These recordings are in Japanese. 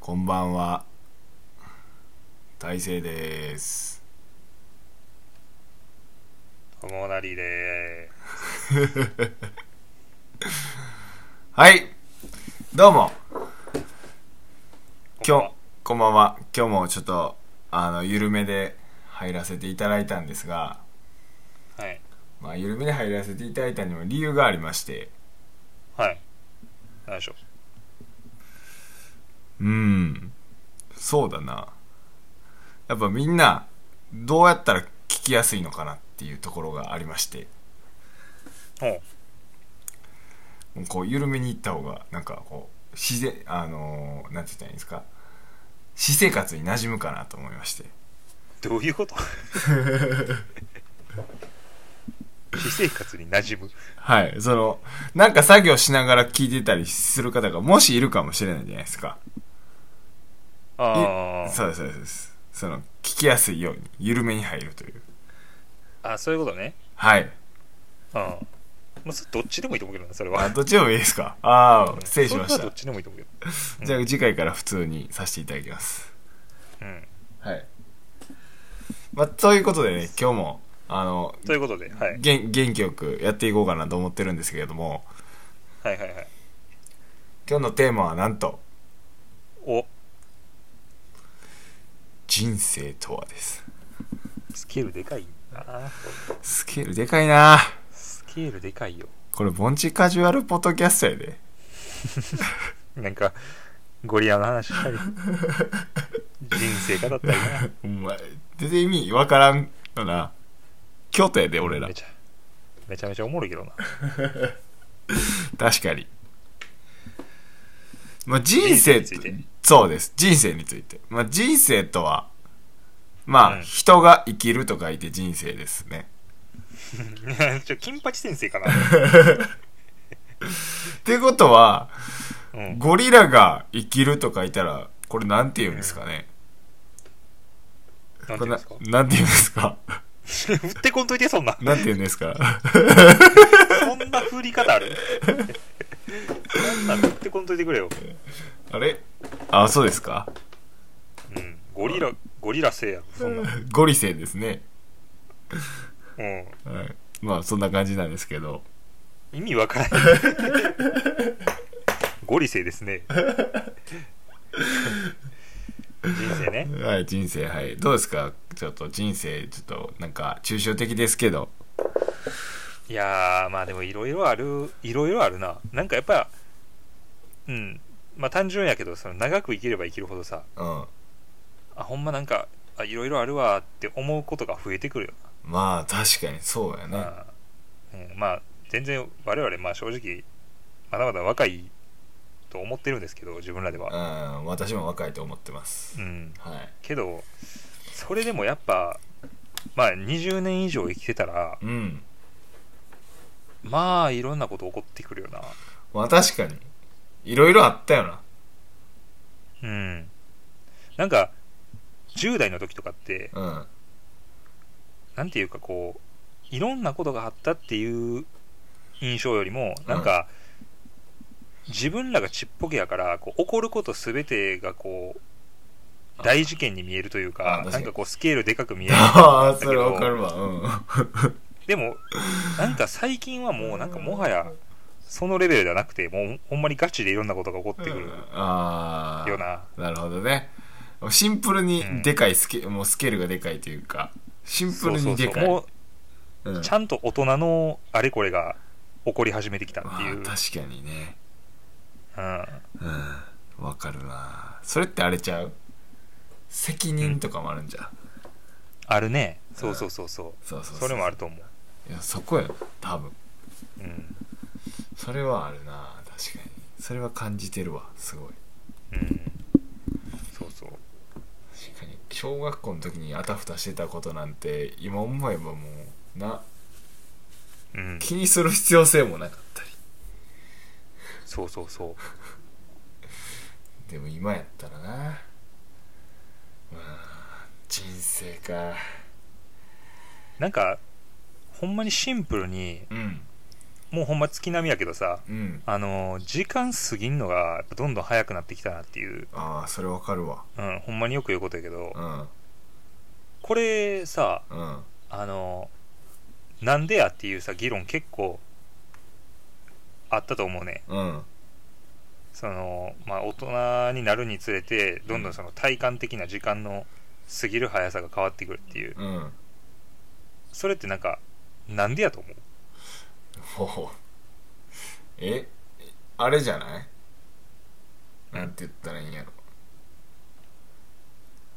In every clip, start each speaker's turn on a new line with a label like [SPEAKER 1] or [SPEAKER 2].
[SPEAKER 1] こんばんは大成です
[SPEAKER 2] コモナリで
[SPEAKER 1] はいどうも
[SPEAKER 2] ーす。
[SPEAKER 1] 今日こんばんは今日もちょっとあの緩めで入らせていただいたんですが
[SPEAKER 2] 日はい。
[SPEAKER 1] まあ緩めで入らせていただいたにも理由がありまして
[SPEAKER 2] はい。何でしょ
[SPEAKER 1] うんそうだなやっぱみんなどうやったら聞きやすいのかなっていうところがありまして
[SPEAKER 2] う。ほう。
[SPEAKER 1] もうこう緩めに行った方がなんかこう自然あのーなんて言ったらいいんですか私生活に馴染むかなと思いまして
[SPEAKER 2] どうい うこと私生活に馴染む。
[SPEAKER 1] はいそのなんか作業しながら聞いてたりする方がもしいるかもしれないじゃないですか
[SPEAKER 2] あー
[SPEAKER 1] そうですそうですそうですその聞きやすいように緩めに入るという
[SPEAKER 2] あ。そういうことね。
[SPEAKER 1] はい
[SPEAKER 2] うん。まあ、それどっちでもいいと思うけどな、それ
[SPEAKER 1] あ
[SPEAKER 2] は。
[SPEAKER 1] どっちでもいいですかああ失礼しまし
[SPEAKER 2] それはどったちでもいいと思うけど。
[SPEAKER 1] じゃあ次回から普通にさせていただきます
[SPEAKER 2] うん。
[SPEAKER 1] はいまあということでね今日もあの
[SPEAKER 2] ということで、はい。
[SPEAKER 1] げん元気よくやっていこうかなと思ってるんですけれども
[SPEAKER 2] はいはいはい。
[SPEAKER 1] 今日のテーマはなんと
[SPEAKER 2] お、
[SPEAKER 1] 人生とはです
[SPEAKER 2] スケールでかいな。
[SPEAKER 1] スケールでかいな
[SPEAKER 2] スケールでかいよ。
[SPEAKER 1] これ盆地カジュアルポッドキャストやで
[SPEAKER 2] なんか、ゴリラの話 したり、人生語ったりな。
[SPEAKER 1] お前全然意味わからんよな京都やで俺ら
[SPEAKER 2] めちゃめちゃめちゃおもろいけどな。
[SPEAKER 1] 確かにまあ人生
[SPEAKER 2] 人生について
[SPEAKER 1] そうです人生についてまあ人生とはまあ、
[SPEAKER 2] うん
[SPEAKER 1] 人が生きると書いて人生ですね
[SPEAKER 2] ちょ、金八先生かな。
[SPEAKER 1] ってことは
[SPEAKER 2] うん。
[SPEAKER 1] ゴリラが生きると書いたらこれなんて言うんですかね、
[SPEAKER 2] なん
[SPEAKER 1] こ
[SPEAKER 2] てい
[SPEAKER 1] れ
[SPEAKER 2] うんですか
[SPEAKER 1] ななんて言うんですか
[SPEAKER 2] 振ってこんといて、そんな。
[SPEAKER 1] なんて言うんですか
[SPEAKER 2] そんな振り方あるそんな振ってこんといてくれよ。
[SPEAKER 1] あれあそうですか
[SPEAKER 2] うん。ゴリラ、ゴリラせいやろ、そんな。
[SPEAKER 1] ゴリセですね、
[SPEAKER 2] うん。
[SPEAKER 1] はい、まあそんな感じなんですけど
[SPEAKER 2] 意味わからん。ゴリせいですね。人生ね。
[SPEAKER 1] はい人生はいどうですかちょっと人生ちょっとなんか抽象的ですけど
[SPEAKER 2] いやーまあでもいろいろあるいろいろあるななんかやっぱうんまあ単純やけどその長く生きれば生きるほどさ
[SPEAKER 1] うん
[SPEAKER 2] あほんまなんかあいろいろあるわって思うことが増えてくるよ
[SPEAKER 1] まあ確かにそうや
[SPEAKER 2] な、
[SPEAKER 1] ね
[SPEAKER 2] うん、まあ全然我々まあ正直まだまだ若いと思ってるんですけど自分らで
[SPEAKER 1] う
[SPEAKER 2] は
[SPEAKER 1] ん私も若いと思ってます
[SPEAKER 2] うん
[SPEAKER 1] はい
[SPEAKER 2] けどそれでもやっぱまあ20年以上生きてたら
[SPEAKER 1] うん
[SPEAKER 2] まあいろんなこと起こってくるよな
[SPEAKER 1] まあ確かにいろいろあったよな
[SPEAKER 2] うんなんか10代の時とかって、
[SPEAKER 1] うん
[SPEAKER 2] なんていうかこういろんなことがあったっていう印象よりもなんか、自分らがちっぽけやからこう起こること全てがこう大事件に見えるという
[SPEAKER 1] あ
[SPEAKER 2] か
[SPEAKER 1] 確か
[SPEAKER 2] な
[SPEAKER 1] に
[SPEAKER 2] んかこうスケールでかく見える
[SPEAKER 1] ああ
[SPEAKER 2] だ
[SPEAKER 1] そ
[SPEAKER 2] けど
[SPEAKER 1] れわかるわうん
[SPEAKER 2] でもなんか最近はもうなんかもはやそのレベルではなくてもうほんまにガチでいろんなことが起こってくる
[SPEAKER 1] ああ
[SPEAKER 2] ような、
[SPEAKER 1] なるほどねシンプル
[SPEAKER 2] う
[SPEAKER 1] に
[SPEAKER 2] ん
[SPEAKER 1] でかいスケ,、もうスケールがでかいというかシンプ
[SPEAKER 2] そう
[SPEAKER 1] ル
[SPEAKER 2] そ
[SPEAKER 1] に
[SPEAKER 2] うそ
[SPEAKER 1] で
[SPEAKER 2] う
[SPEAKER 1] かい
[SPEAKER 2] も
[SPEAKER 1] うん
[SPEAKER 2] うちゃんと大人のあれこれが起こり始めてきたっていう、
[SPEAKER 1] まあ確かにね
[SPEAKER 2] うん、
[SPEAKER 1] うんわかるなそれってあれちゃう責任とかもあるんじゃん、
[SPEAKER 2] あるねそうそうそうそう、
[SPEAKER 1] そうそう
[SPEAKER 2] そうれもあると思う
[SPEAKER 1] いやそこや多分
[SPEAKER 2] うん
[SPEAKER 1] それはあるな確かにそれは感じてるわすごい
[SPEAKER 2] うんそうそう
[SPEAKER 1] 確かに小学校の時にあたふたしてたことなんて今思えばもうな
[SPEAKER 2] うん
[SPEAKER 1] 気にする必要性もなかったり
[SPEAKER 2] そうそうそう
[SPEAKER 1] でも今やったらなまあ人生か
[SPEAKER 2] なんかほんまにシンプルに
[SPEAKER 1] うん
[SPEAKER 2] もうほんま月並みやけどさ、
[SPEAKER 1] うん
[SPEAKER 2] あのー時間過ぎんのがどんどん早くなってきたなっていう、
[SPEAKER 1] ああそれわかるわ
[SPEAKER 2] うん、ほんまによく言うことやけど
[SPEAKER 1] う、ん
[SPEAKER 2] これさ、
[SPEAKER 1] うん
[SPEAKER 2] あのーなんでやっていうさ、議論結構あったと思うね。
[SPEAKER 1] うん
[SPEAKER 2] その、まあ、大人になるにつれて、どんどんその体感的な時間の過ぎる速さが変わってくるっていう。
[SPEAKER 1] うん
[SPEAKER 2] それってなんか、なんでやと思う
[SPEAKER 1] ほほえあれじゃないなんて言ったらいいんやろ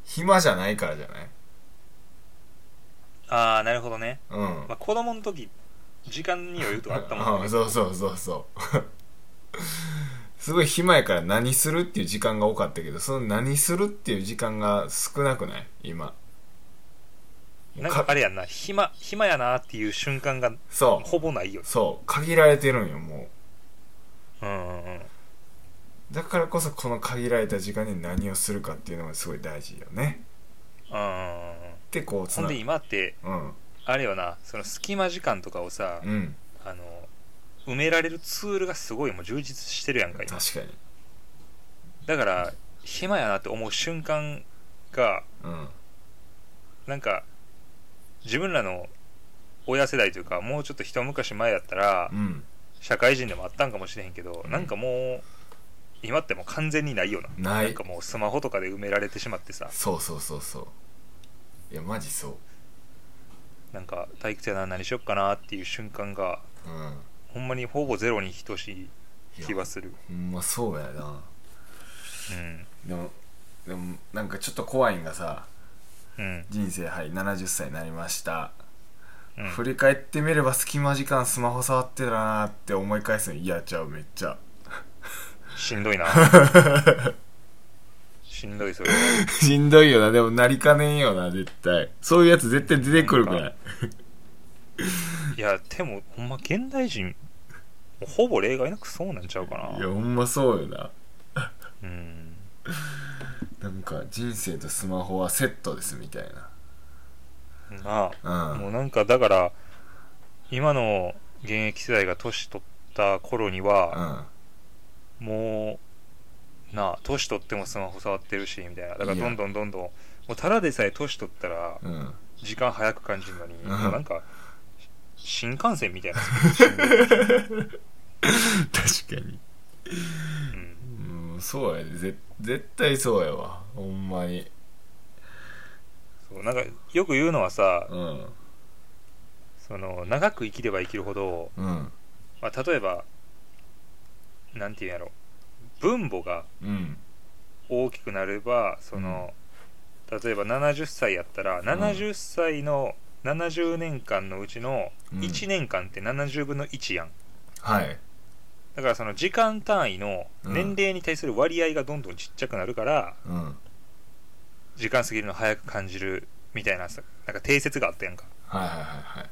[SPEAKER 1] 暇じゃないからじゃない
[SPEAKER 2] ああ、なるほどね。
[SPEAKER 1] うん
[SPEAKER 2] まあ、子供の時、時間に余裕とかあったもんね
[SPEAKER 1] うんそうそうそうそう すごい暇やから何するっていう時間が多かったけどその何するっていう時間が少なくない今
[SPEAKER 2] なんかあれやんな、暇、暇やなっていう瞬間が
[SPEAKER 1] そう
[SPEAKER 2] ほぼないよ。
[SPEAKER 1] そう限られてるんよも
[SPEAKER 2] うんうんうん。
[SPEAKER 1] うだからこそこの限られた時間に何をするかっていうのがすごい大事よね
[SPEAKER 2] うんうんうん。
[SPEAKER 1] ってこうつ
[SPEAKER 2] ほん
[SPEAKER 1] な
[SPEAKER 2] で
[SPEAKER 1] ぐ
[SPEAKER 2] 今って、
[SPEAKER 1] うん
[SPEAKER 2] あれよな、その隙間時間とかをさ、
[SPEAKER 1] うん
[SPEAKER 2] あの、埋められるツールがすごいもう充実してるやんか、
[SPEAKER 1] 確
[SPEAKER 2] 今
[SPEAKER 1] か。に
[SPEAKER 2] だから、暇やなって思う瞬間が、
[SPEAKER 1] うん
[SPEAKER 2] なんか、自分らの親世代というか、もうちょっと一昔前やったら
[SPEAKER 1] う、ん
[SPEAKER 2] 社会人でもあったんかもしれへんけど、
[SPEAKER 1] うん
[SPEAKER 2] なんかもう、今ってもう完全にないよな。
[SPEAKER 1] な
[SPEAKER 2] なん
[SPEAKER 1] い
[SPEAKER 2] かもうスマホとかで埋められてしまってさ、
[SPEAKER 1] そうそうそうそういやマジそ
[SPEAKER 2] なんか体育やな何しよっかなっていう瞬間が、
[SPEAKER 1] ううん
[SPEAKER 2] ほんまにほぼゼロに等し
[SPEAKER 1] い
[SPEAKER 2] い
[SPEAKER 1] や
[SPEAKER 2] 気はする。
[SPEAKER 1] ほんまそうやな
[SPEAKER 2] うん。
[SPEAKER 1] でもでもなんかちょっと怖いんがさ
[SPEAKER 2] うん。
[SPEAKER 1] 人生はい70歳になりました、
[SPEAKER 2] うん、
[SPEAKER 1] 振り返ってみれば隙間時間スマホ触ってたなーって思い返すの嫌ちゃうめっちゃ
[SPEAKER 2] しんどいな。しんどいそれは。
[SPEAKER 1] しんどいよなでもなりかねんよな絶対そういうやつ絶対出てくるからい
[SPEAKER 2] いや、でもほんま現代人、ほぼ例外なくそうなんちゃうか
[SPEAKER 1] や
[SPEAKER 2] な。
[SPEAKER 1] ほんまそうよな
[SPEAKER 2] うん。
[SPEAKER 1] なんか人生とスマホはセットですみたい
[SPEAKER 2] なあ、
[SPEAKER 1] なう
[SPEAKER 2] も
[SPEAKER 1] ん
[SPEAKER 2] うなんかだから、今の現役世代が年取った頃には、
[SPEAKER 1] うん
[SPEAKER 2] もうなあ年取ってもスマホ触ってるしみたいなだから
[SPEAKER 1] いや
[SPEAKER 2] どんどんどんどんもうただでさえ年取ったら
[SPEAKER 1] うん
[SPEAKER 2] 時間早く感じるのに、
[SPEAKER 1] ん
[SPEAKER 2] もうなんか新幹 線みたいな、
[SPEAKER 1] 確かに
[SPEAKER 2] うん、
[SPEAKER 1] うんそうやでぜ絶対そうやわほんまに
[SPEAKER 2] そうなんかよく言うのはさ
[SPEAKER 1] うん
[SPEAKER 2] その長く生きれば生きるほど、
[SPEAKER 1] うん
[SPEAKER 2] まあ、例えばなんていうんやろ分母が
[SPEAKER 1] うん
[SPEAKER 2] 大きくなればその、例えば70歳やったら70歳の70年間のうちの
[SPEAKER 1] うん
[SPEAKER 2] 1年間って70分の1やん
[SPEAKER 1] はい
[SPEAKER 2] だからその時間単位の年齢に対する割合がどんどんちっちゃくなるから、
[SPEAKER 1] うん
[SPEAKER 2] 時間過ぎるの早く感じるみたいなさなんか定説があったやんか、
[SPEAKER 1] はいはいはいはい、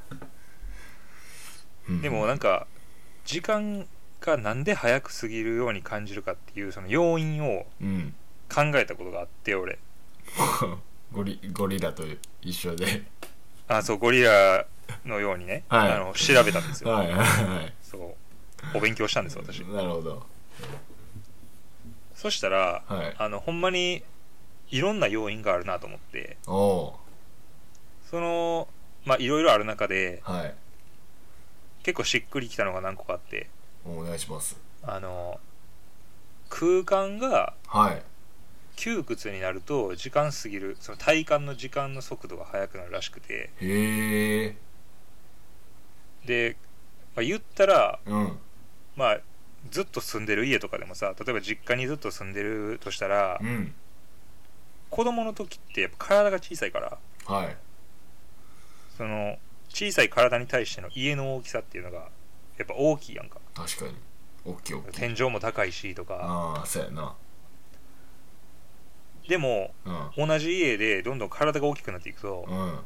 [SPEAKER 1] うん
[SPEAKER 2] でもなんか時間がなんで早く過ぎるように感じるかっていうその要因を
[SPEAKER 1] うん
[SPEAKER 2] 考えたことがあって俺
[SPEAKER 1] ゴリゴリラと一緒で
[SPEAKER 2] あそうゴリラのようにね、
[SPEAKER 1] はい
[SPEAKER 2] あの調べたんですよ
[SPEAKER 1] はいはいはい
[SPEAKER 2] そうお勉強したんです私
[SPEAKER 1] なるほど
[SPEAKER 2] そしたら
[SPEAKER 1] はい
[SPEAKER 2] あのほんまにいろんな要因があるなと思って
[SPEAKER 1] おお
[SPEAKER 2] そのまあいろいろある中で
[SPEAKER 1] ーはい
[SPEAKER 2] 結構しっくりきたのが何個かあって
[SPEAKER 1] お願いします
[SPEAKER 2] あの空間が
[SPEAKER 1] はい
[SPEAKER 2] 窮屈になると時間過ぎるその体感の時間の速度が速くなるらしくて
[SPEAKER 1] へえ
[SPEAKER 2] で、まあ、言ったら、
[SPEAKER 1] うん
[SPEAKER 2] まあ、ずっと住んでる家とかでもさ例えば実家にずっと住んでるとしたら
[SPEAKER 1] うん
[SPEAKER 2] 子供の時ってやっぱ体が小さいから
[SPEAKER 1] はい
[SPEAKER 2] その小さい体に対しての家の大きさっていうのがやっぱ大きいやんか
[SPEAKER 1] 確かにおっきいおっきい
[SPEAKER 2] 天井も高いしとか
[SPEAKER 1] ああそうやな
[SPEAKER 2] でも
[SPEAKER 1] うん
[SPEAKER 2] 同じ家でどんどん体が大きくなっていくと
[SPEAKER 1] うんま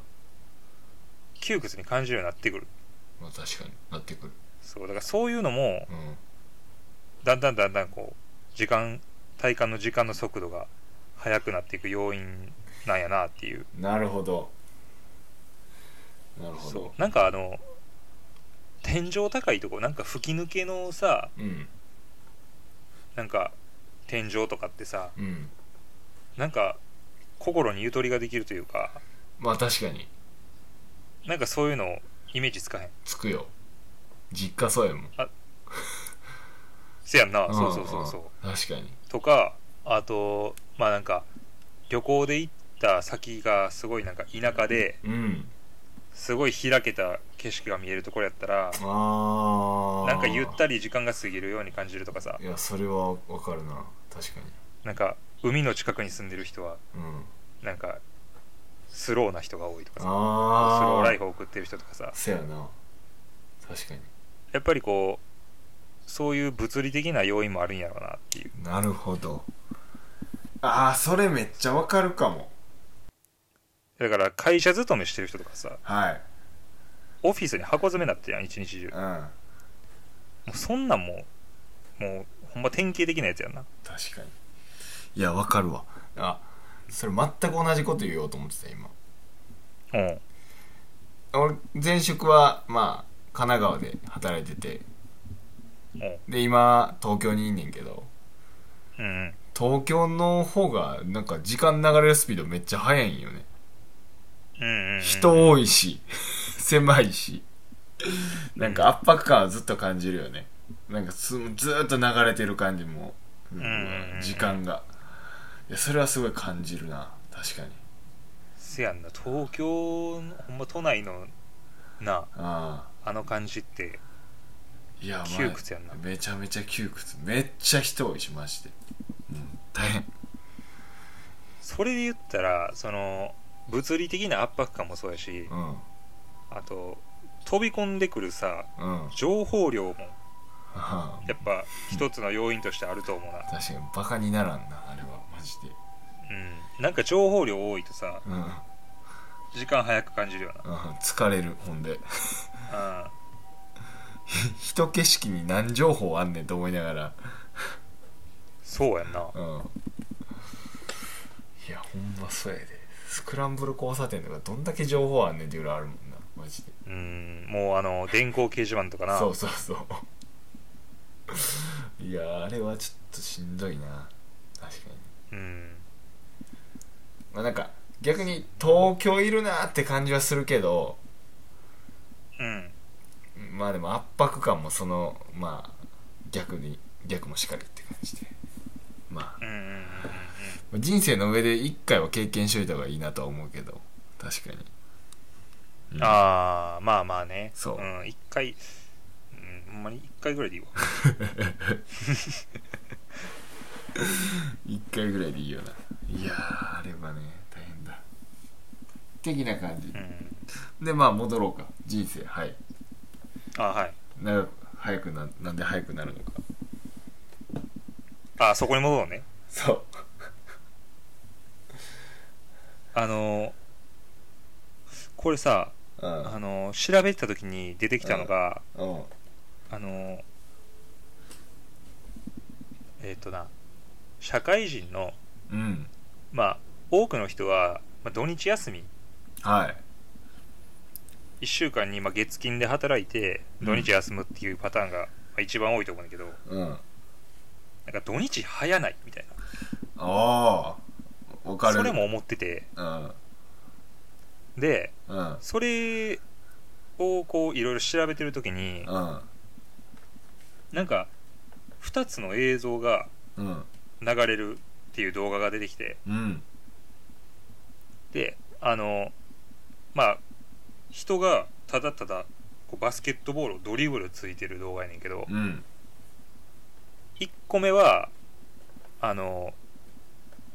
[SPEAKER 2] 窮屈に感じるようになってくる
[SPEAKER 1] あ確かになってくる
[SPEAKER 2] そうだからそういうのも
[SPEAKER 1] うん
[SPEAKER 2] だんだんだんだんこう時間体感の時間の速度が速くなっていく要因なんやなっていう
[SPEAKER 1] なるほどなるほ
[SPEAKER 2] そ
[SPEAKER 1] ど
[SPEAKER 2] うなんかあの天井高いとこなんか吹き抜けのさ
[SPEAKER 1] うん
[SPEAKER 2] なんか天井とかってさ
[SPEAKER 1] うん
[SPEAKER 2] なんか心にゆとりができるというか
[SPEAKER 1] まあ確かに
[SPEAKER 2] なんかそういうのイメージつかへん
[SPEAKER 1] つくよ実家そうやもん
[SPEAKER 2] せやんな、
[SPEAKER 1] うん
[SPEAKER 2] そうそうそうそう
[SPEAKER 1] うん確かに
[SPEAKER 2] とかあとまあなんか旅行で行った先がすごいなんか田舎で
[SPEAKER 1] うん
[SPEAKER 2] すごい開けた景色が見えるところやったら
[SPEAKER 1] ああ
[SPEAKER 2] なんかゆったり時間が過ぎるように感じるとかさ
[SPEAKER 1] いやそれはわかるな確か
[SPEAKER 2] なんか海の近くに住んでる人は
[SPEAKER 1] にうん
[SPEAKER 2] なんかスローな人が多いとかさス
[SPEAKER 1] ああ
[SPEAKER 2] ローライフを送ってる人とかさ
[SPEAKER 1] せやな確かに
[SPEAKER 2] やっぱりこうそういう物理的な要因もあるんやろうなっていう
[SPEAKER 1] なるほどああそれめっちゃわかるかも
[SPEAKER 2] だから会社勤めしてる人とかさ
[SPEAKER 1] はい
[SPEAKER 2] オフィスに箱詰めなってるやん一日中
[SPEAKER 1] うん
[SPEAKER 2] もうそんなんもうもうほんま典型的なやつやんな
[SPEAKER 1] 確かにいやわかるわあそれ全く同じこと言おうと思ってた今
[SPEAKER 2] うん
[SPEAKER 1] 俺前職はまあ神奈川で働いてて
[SPEAKER 2] うん
[SPEAKER 1] で今東京にいんねんけど
[SPEAKER 2] うん
[SPEAKER 1] 東京の方がなんか時間流れるスピードめっちゃ速いんよね
[SPEAKER 2] うんうんうん
[SPEAKER 1] 人多いし 狭いしなんか圧迫感はずっと感じるよねなんかすずーっと流れてる感じも、うん
[SPEAKER 2] うん
[SPEAKER 1] 時間がいやそれはすごい感じるな確かに
[SPEAKER 2] せやんな東京のほんま都内のな
[SPEAKER 1] ああ
[SPEAKER 2] あの感じって
[SPEAKER 1] いやまあ
[SPEAKER 2] 窮屈やんな
[SPEAKER 1] めちゃめちゃ窮屈めっちゃ人多いしマジで、うん、大変
[SPEAKER 2] それで言ったらその物理的な圧迫感もそうやし
[SPEAKER 1] うん
[SPEAKER 2] あと飛び込んでくるさ
[SPEAKER 1] うん
[SPEAKER 2] 情報量も
[SPEAKER 1] あ
[SPEAKER 2] やっぱ一つの要因としてあると思うな
[SPEAKER 1] あ確かにバカにならんなあれはマジで
[SPEAKER 2] うんなんか情報量多いとさ
[SPEAKER 1] うん、うん、
[SPEAKER 2] 時間早く感じるよ
[SPEAKER 1] 疲れるほんで
[SPEAKER 2] な
[SPEAKER 1] 人景色に何情報あんねんと思いながら
[SPEAKER 2] うんそうやんな
[SPEAKER 1] うんいやほんまそうやでスクランブル交差点とかどんだけ情報あんねんっていうぐらいあるもんなマジで
[SPEAKER 2] うんもうあの電光掲示板とかな
[SPEAKER 1] そうそうそういやあれはちょっとしんどいな確かに、
[SPEAKER 2] うん
[SPEAKER 1] まあ、なんか逆に東京いるなって感じはするけど
[SPEAKER 2] うん
[SPEAKER 1] まあでも圧迫感もそのまあ逆に逆もしかりって感じでま
[SPEAKER 2] うんうんうんうん
[SPEAKER 1] あ人生の上で一回は経験しといた方がいいなとは思うけど確かに、う
[SPEAKER 2] う
[SPEAKER 1] ん
[SPEAKER 2] んああまあまあね
[SPEAKER 1] そうん
[SPEAKER 2] 一回うんほんまに一回ぐらいでいいわ
[SPEAKER 1] 一回ぐらいでいいよないやーあれはね大変だ的な感じ
[SPEAKER 2] うん
[SPEAKER 1] でまあ戻ろうか人生はい
[SPEAKER 2] あはい
[SPEAKER 1] 長く早くななんで早くなるのか
[SPEAKER 2] あそこに戻ろうね
[SPEAKER 1] そう
[SPEAKER 2] あのこれさ
[SPEAKER 1] うん
[SPEAKER 2] あの調べてた時に出てきたのが、
[SPEAKER 1] うん
[SPEAKER 2] あのえっ、とな社会人の
[SPEAKER 1] うん
[SPEAKER 2] まあ多くの人は、まあ、土日休み
[SPEAKER 1] はい
[SPEAKER 2] 1週間に、まあ、月金で働いて
[SPEAKER 1] うん
[SPEAKER 2] 土日休むっていうパターンが、まあ一番多いと思うんだけど
[SPEAKER 1] うんあ
[SPEAKER 2] なんか土日早ないみたい
[SPEAKER 1] あーわか
[SPEAKER 2] な
[SPEAKER 1] る
[SPEAKER 2] それも思ってて
[SPEAKER 1] うん
[SPEAKER 2] で
[SPEAKER 1] うん
[SPEAKER 2] それをこういろいろ調べてる時に
[SPEAKER 1] うん
[SPEAKER 2] なんか2つの映像が
[SPEAKER 1] うん
[SPEAKER 2] 流れるっていう動画が出てきて
[SPEAKER 1] うん
[SPEAKER 2] であのまあ人がただただこうバスケットボールをドリブルついてる動画やねんけど
[SPEAKER 1] うん
[SPEAKER 2] 1個目はあの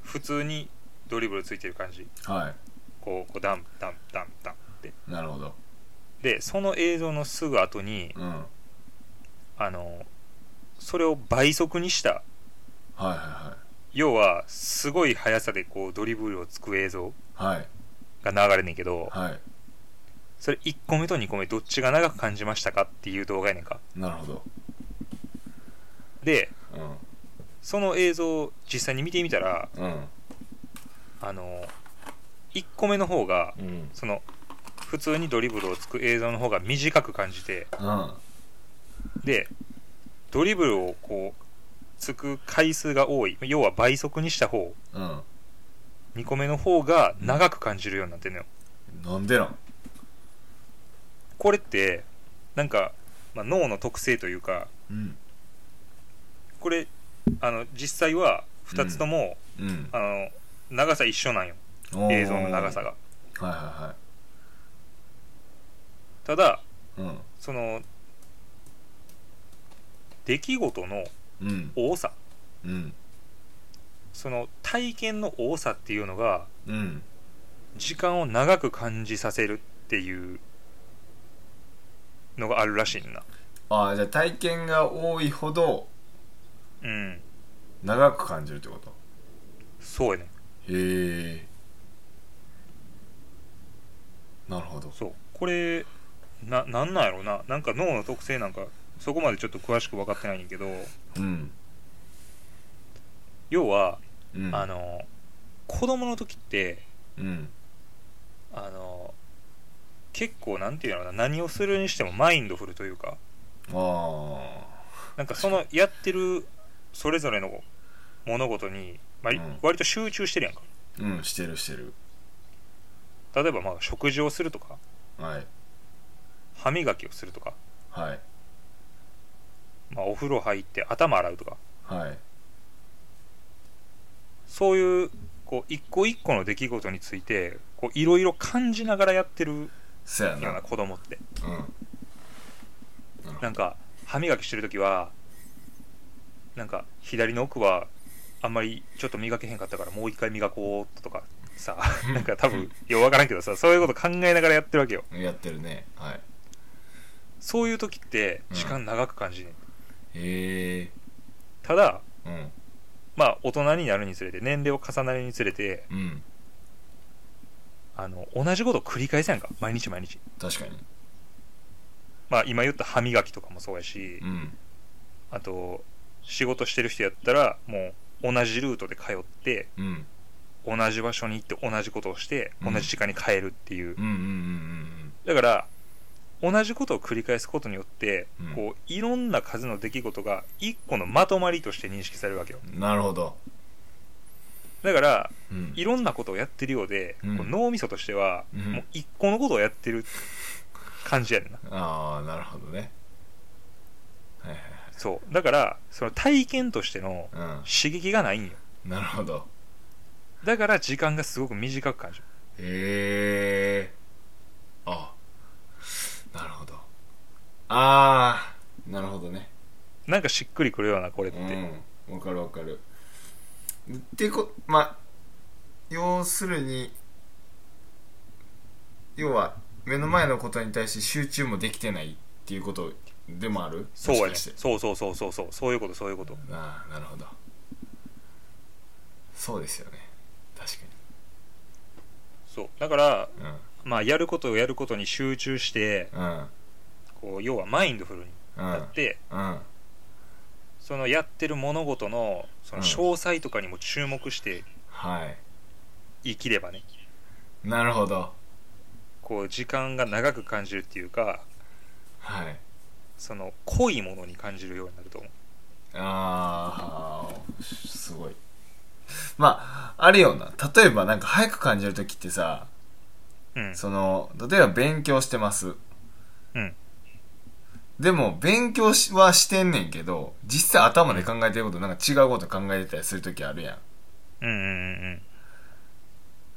[SPEAKER 2] 普通にドリブルついてる感じ
[SPEAKER 1] は
[SPEAKER 2] こうこうダンダンダンダンって
[SPEAKER 1] いなるほど
[SPEAKER 2] でその映像のすぐ後に
[SPEAKER 1] うんはい
[SPEAKER 2] あのそれを倍速にした
[SPEAKER 1] はいは
[SPEAKER 2] 要はすごい速さでこうドリブルをつく映像
[SPEAKER 1] いはい
[SPEAKER 2] が流れんねんけど
[SPEAKER 1] はい
[SPEAKER 2] それ1個目と2個目どっちが長く感じましたかっていう動画やねんか
[SPEAKER 1] なるほど
[SPEAKER 2] で
[SPEAKER 1] うん
[SPEAKER 2] その映像を実際に見てみたら
[SPEAKER 1] うん
[SPEAKER 2] あの1個目の方が
[SPEAKER 1] うん
[SPEAKER 2] その普通にドリブルをつく映像の方が短く感じて
[SPEAKER 1] うん
[SPEAKER 2] でドリブルをこうつく回数が多い要は倍速にした方
[SPEAKER 1] うん
[SPEAKER 2] 2個目の方が長く感じるようになってんのよ
[SPEAKER 1] なんでなん
[SPEAKER 2] これってなんか、まあ、脳の特性というか
[SPEAKER 1] うん
[SPEAKER 2] これあの実際は2つとも、
[SPEAKER 1] うん
[SPEAKER 2] あの長さ一緒なんよ映像の長さが
[SPEAKER 1] がはいは
[SPEAKER 2] ただ
[SPEAKER 1] いはい
[SPEAKER 2] その出来事の
[SPEAKER 1] うんうん
[SPEAKER 2] 多さ
[SPEAKER 1] うん
[SPEAKER 2] その体験の多さっていうのが
[SPEAKER 1] うん
[SPEAKER 2] 時間を長く感じさせるっていうのがあるらしいんだ
[SPEAKER 1] ああじゃあ体験が多いほど
[SPEAKER 2] うん
[SPEAKER 1] 長く感じるってこと
[SPEAKER 2] そうやね
[SPEAKER 1] へえなるほど
[SPEAKER 2] そうこれななんなんやろうななんか脳の特性なんかそこまでちょっと詳しく分かってないねんけど
[SPEAKER 1] うん
[SPEAKER 2] 要は、
[SPEAKER 1] うん
[SPEAKER 2] あの子供の時って
[SPEAKER 1] うん
[SPEAKER 2] あの結構なんていうのかな何をするにしてもマインドフルというか
[SPEAKER 1] あ
[SPEAKER 2] なんかそのやってるそれぞれの物事に、まあ
[SPEAKER 1] うん
[SPEAKER 2] 割と集中してるやんか
[SPEAKER 1] あうんしてるしてる
[SPEAKER 2] 例えばまあ食事をするとか
[SPEAKER 1] はい
[SPEAKER 2] 歯磨きをするとか、
[SPEAKER 1] はい
[SPEAKER 2] まあ、お風呂入って頭洗うとか
[SPEAKER 1] はい
[SPEAKER 2] そういうこう一個一個の出来事についてこういろいろ感じながらやってる
[SPEAKER 1] そや
[SPEAKER 2] ような
[SPEAKER 1] な
[SPEAKER 2] 子供って
[SPEAKER 1] うん
[SPEAKER 2] なんか歯磨きしてる時はなんか左の奥はあんまりちょっと磨けへんかったからもう一回磨こうとか さなんか多分ようわからんけどさそういうこと考えながらやってるわけよ
[SPEAKER 1] やってるねはい
[SPEAKER 2] そういう時って
[SPEAKER 1] うん
[SPEAKER 2] 時間長く感じね、ん、
[SPEAKER 1] へえ
[SPEAKER 2] ただ
[SPEAKER 1] うん
[SPEAKER 2] まあ大人になるにつれて年齢を重なるにつれて
[SPEAKER 1] うん
[SPEAKER 2] あの同じことを繰り返せやんか毎日毎日
[SPEAKER 1] 確かに
[SPEAKER 2] まあ今言った歯磨きとかもそうやし、
[SPEAKER 1] うん
[SPEAKER 2] あと仕事してる人やったらもう同じルートで通って
[SPEAKER 1] うん
[SPEAKER 2] 同じ場所に行って同じことをして
[SPEAKER 1] う
[SPEAKER 2] 同
[SPEAKER 1] ん
[SPEAKER 2] じ時間に帰るっていう、
[SPEAKER 1] うんうんうん
[SPEAKER 2] だから同じことを繰り返すことによって、
[SPEAKER 1] うん
[SPEAKER 2] こういろんな数の出来事が一個のまとまりとして認識されるわけよ
[SPEAKER 1] うんうんなるほど
[SPEAKER 2] だから
[SPEAKER 1] うん
[SPEAKER 2] いろんなことをやってるようで、
[SPEAKER 1] うん
[SPEAKER 2] こう脳みそとしては、
[SPEAKER 1] うん
[SPEAKER 2] もう一個のことをやってる感じやねんな
[SPEAKER 1] ああなるほどねはいはい
[SPEAKER 2] そうだからその体験としての
[SPEAKER 1] は
[SPEAKER 2] 刺激がないんよ
[SPEAKER 1] いうんなるほど
[SPEAKER 2] だから時間がすごく短く感じる
[SPEAKER 1] へえあなるほどああなるほどね
[SPEAKER 2] なんかしっくりくるようなこれって、
[SPEAKER 1] うんわかるわかるってこまあ要するに要は目の前のことに対して集中もできてないっていうことでもある
[SPEAKER 2] そうや
[SPEAKER 1] も
[SPEAKER 2] ね
[SPEAKER 1] しかして
[SPEAKER 2] そうそうそうそうそうそういうことそういうこと
[SPEAKER 1] ああなるほどそうですよね確か
[SPEAKER 2] そうだから、
[SPEAKER 1] に
[SPEAKER 2] まあ、やることをやることに集中して
[SPEAKER 1] うんうん
[SPEAKER 2] こう要はマインドフルに
[SPEAKER 1] うん
[SPEAKER 2] なって、
[SPEAKER 1] うん
[SPEAKER 2] そのやってる物事のその
[SPEAKER 1] うん
[SPEAKER 2] 詳細とかにも注目して
[SPEAKER 1] はい
[SPEAKER 2] 生きればね、
[SPEAKER 1] なるほど
[SPEAKER 2] こう時間が長く感じるっていうか
[SPEAKER 1] はい
[SPEAKER 2] その濃いものに感じるようになると思う
[SPEAKER 1] ああすごいまああれよな例えばなんか早く感じる時ってさ
[SPEAKER 2] うん
[SPEAKER 1] その例えば勉強してます
[SPEAKER 2] うん
[SPEAKER 1] でも勉強しはしてんねんけど実際頭で考えてることなんか違うこと考えてたりする時あるやん
[SPEAKER 2] うんうんうん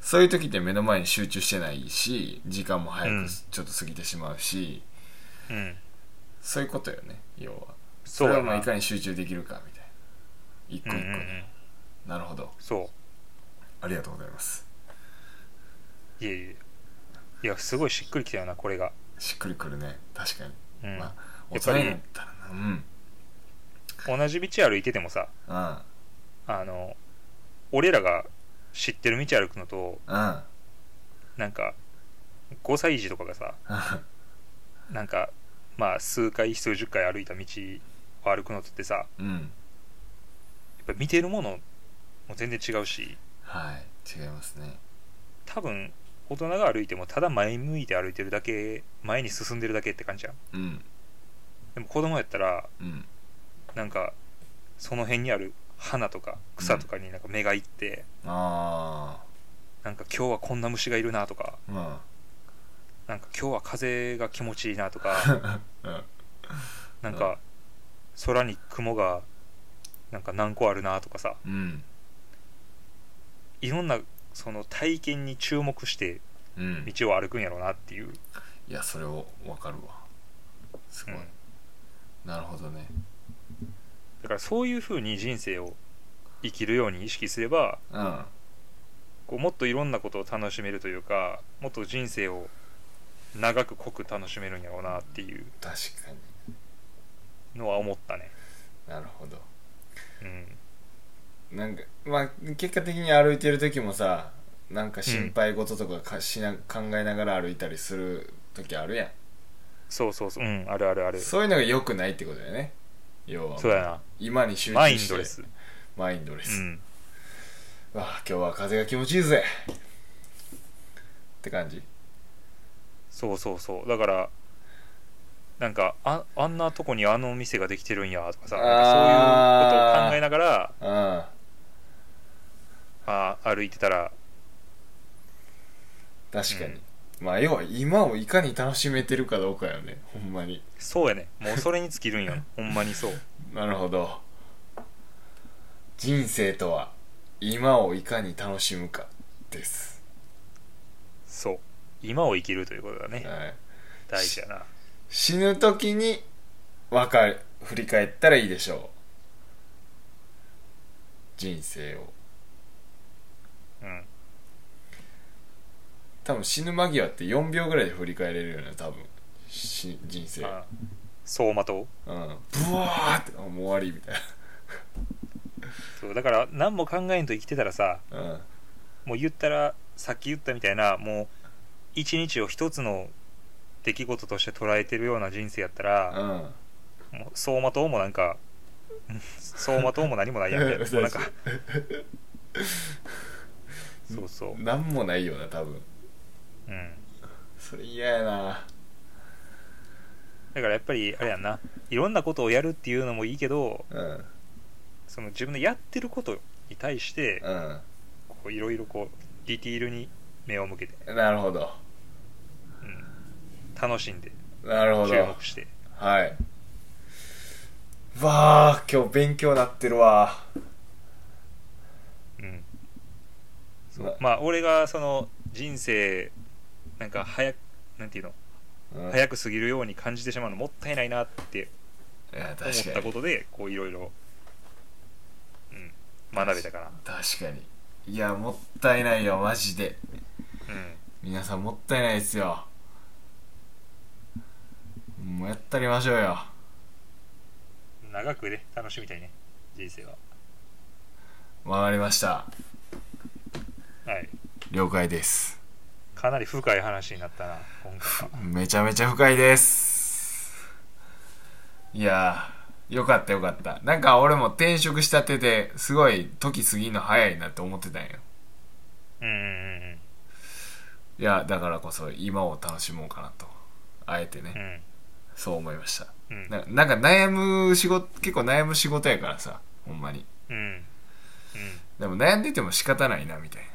[SPEAKER 1] そういう時って目の前に集中してないし時間も早
[SPEAKER 2] うん
[SPEAKER 1] くちょっと過ぎてしまうし、
[SPEAKER 2] うんうん
[SPEAKER 1] そういうことよね要はそ
[SPEAKER 2] そ
[SPEAKER 1] うれ
[SPEAKER 2] や
[SPEAKER 1] をまあ
[SPEAKER 2] ない
[SPEAKER 1] かに集中できるかみたいな一個
[SPEAKER 2] うん
[SPEAKER 1] 一
[SPEAKER 2] う
[SPEAKER 1] 個
[SPEAKER 2] ん
[SPEAKER 1] に、
[SPEAKER 2] うん
[SPEAKER 1] なるほど
[SPEAKER 2] そ
[SPEAKER 1] ありがとうございます
[SPEAKER 2] ういやいやいやすごいしっくりきたよなこれが、
[SPEAKER 1] しっくりくるね確かに
[SPEAKER 2] うん
[SPEAKER 1] まあ、
[SPEAKER 2] や
[SPEAKER 1] 大
[SPEAKER 2] っぱ
[SPEAKER 1] 人
[SPEAKER 2] り
[SPEAKER 1] になったらな、うん。
[SPEAKER 2] 同じ道歩いててもさ
[SPEAKER 1] うん。
[SPEAKER 2] あの俺らが知ってる道歩くのと
[SPEAKER 1] うん。
[SPEAKER 2] なんか5歳児とかがさなんかまあ数回数十回歩いた道を歩くのとってさや
[SPEAKER 1] うん。
[SPEAKER 2] っぱ見てるものも全然違うし
[SPEAKER 1] はい。違いますね。
[SPEAKER 2] 多分大人が歩いてもただ前向いて歩いてるだけ前に進んでるだけって感じやん
[SPEAKER 1] うん
[SPEAKER 2] でも子供やったら
[SPEAKER 1] うん
[SPEAKER 2] なんかその辺にある花とか草とかになんか目がいって、
[SPEAKER 1] あ
[SPEAKER 2] なんか今日はこんな虫がいるなとか
[SPEAKER 1] あうん
[SPEAKER 2] なんか今日は風が気持ちいいなとか
[SPEAKER 1] うん
[SPEAKER 2] なんか空に雲がなんか何個あるなとかさ
[SPEAKER 1] うん
[SPEAKER 2] いろんなその体験に注目して
[SPEAKER 1] うん
[SPEAKER 2] 道を歩くんやろうなっていう、
[SPEAKER 1] いやそれを分かるわす
[SPEAKER 2] う
[SPEAKER 1] ごい、
[SPEAKER 2] ん、
[SPEAKER 1] なるほどね
[SPEAKER 2] だからそういう風に人生を生きるように意識すれば
[SPEAKER 1] うん
[SPEAKER 2] こうもっといろんなことを楽しめるというかもっと人生を長く濃く楽しめるんやろうなっていう
[SPEAKER 1] 確かに
[SPEAKER 2] のは思ったね
[SPEAKER 1] なるほど
[SPEAKER 2] うん
[SPEAKER 1] なんかまあ結果的に歩いてる時もさなんか心配事とかかしな考えながら歩いたりする時あるや
[SPEAKER 2] そうそうそううんあるあるあ
[SPEAKER 1] ん
[SPEAKER 2] るそ
[SPEAKER 1] そういうのが良くないってことだよね要は
[SPEAKER 2] うや
[SPEAKER 1] 今に集中
[SPEAKER 2] なマイ
[SPEAKER 1] し
[SPEAKER 2] ン
[SPEAKER 1] て
[SPEAKER 2] ドレス
[SPEAKER 1] マインドレ
[SPEAKER 2] う
[SPEAKER 1] ス、
[SPEAKER 2] ん
[SPEAKER 1] わあ今日は風が気持ちいいぜって感じ
[SPEAKER 2] そうそうそうだからなんかああんなとこにあのお店ができてるんやとかさ
[SPEAKER 1] あー
[SPEAKER 2] なんかそういうことを考えながら
[SPEAKER 1] うん
[SPEAKER 2] あー歩いてたら
[SPEAKER 1] 確かに、
[SPEAKER 2] うん
[SPEAKER 1] まあ要は今をいかに楽しめてるかどうかよねほんまに
[SPEAKER 2] そうやねもうそれに尽き るんやほんまにそう
[SPEAKER 1] なるほど人生とは今をいかに楽しむかです、
[SPEAKER 2] そう今を生きるということだね
[SPEAKER 1] はい、
[SPEAKER 2] 大事やな
[SPEAKER 1] 死ぬ時にわかる振り返ったらいいでしょう人生を
[SPEAKER 2] うん
[SPEAKER 1] 多分死ぬ間際って4秒ぐらいで振り返れるよね多分し人生
[SPEAKER 2] あ走馬灯
[SPEAKER 1] うんブワーってあもう終わりみたい
[SPEAKER 2] そうだから何も考えんと生きてたらさ
[SPEAKER 1] なうん
[SPEAKER 2] もう言ったらさっき言ったみたいなもう一日を一つの出来事として捉えてるような人生やったら、
[SPEAKER 1] うん
[SPEAKER 2] もう走馬灯もなんかうん走馬灯も何もないやん みたいなもうなんか そうそう
[SPEAKER 1] なんもないよな多分
[SPEAKER 2] うん
[SPEAKER 1] それ嫌やな
[SPEAKER 2] だからやっぱりあれやんないろんなことをやるっていうのもいいけど
[SPEAKER 1] うん
[SPEAKER 2] その自分のやってることに対して
[SPEAKER 1] う
[SPEAKER 2] こういろいろこうディティールに目を向けて、
[SPEAKER 1] んなるほど
[SPEAKER 2] うん、楽しんで
[SPEAKER 1] なるほ
[SPEAKER 2] 注
[SPEAKER 1] ど
[SPEAKER 2] 目して
[SPEAKER 1] はいわあ今日勉強なってるわ
[SPEAKER 2] うんそ
[SPEAKER 1] な
[SPEAKER 2] うまあ俺がその人生なんか早くなんていうの
[SPEAKER 1] うん
[SPEAKER 2] 早く過ぎるように感じてしまうのもったいないなって
[SPEAKER 1] いや
[SPEAKER 2] 思っ
[SPEAKER 1] 確か
[SPEAKER 2] た
[SPEAKER 1] に
[SPEAKER 2] ことでこういろいろうん学べたか
[SPEAKER 1] 確かにいやもったいないよマジで
[SPEAKER 2] なうん
[SPEAKER 1] 皆さんもったいないですよもうやったりましょうよ
[SPEAKER 2] 長くね楽しみたいね人生は
[SPEAKER 1] わかりました
[SPEAKER 2] はい
[SPEAKER 1] 了解です
[SPEAKER 2] かなり深い話になったな今回は
[SPEAKER 1] めちゃめちゃ深いですいやーよかったよかったなんか俺も転職したててすごい時過ぎんの早いなって思ってたんよ
[SPEAKER 2] うんうん
[SPEAKER 1] いやだからこそ今を楽しもうかなとあえてね、
[SPEAKER 2] うんうん
[SPEAKER 1] そう思いました
[SPEAKER 2] うん
[SPEAKER 1] ななんか悩む仕事結構悩む仕事やからさほんまに
[SPEAKER 2] うんうん
[SPEAKER 1] でも悩んでても仕方ないなみたいな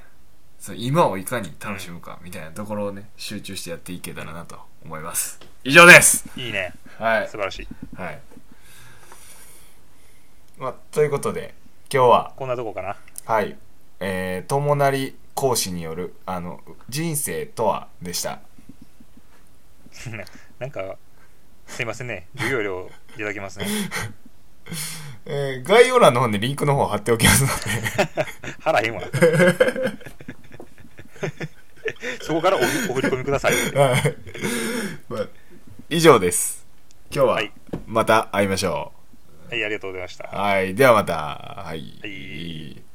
[SPEAKER 1] その今をいかに楽しむかみたいなところをね集中してやっていけたらなと思います以上です
[SPEAKER 2] いいね
[SPEAKER 1] はい
[SPEAKER 2] 素晴らしい
[SPEAKER 1] はい。まあ、ということで、今日は、
[SPEAKER 2] こんなとこかな
[SPEAKER 1] はい、えー、友成講師による、あの、人生とはでした。
[SPEAKER 2] なんかすいませんね授業料いただきますね
[SPEAKER 1] えー、概要欄の方にリンクの方を貼っておきますの
[SPEAKER 2] 腹へんわそこからお振お振り込みください
[SPEAKER 1] で、 はい。まあ以上です。今日は
[SPEAKER 2] はい、
[SPEAKER 1] また会いましょ
[SPEAKER 2] はいありがとうございました
[SPEAKER 1] う。はい、ではまた、はい。
[SPEAKER 2] はい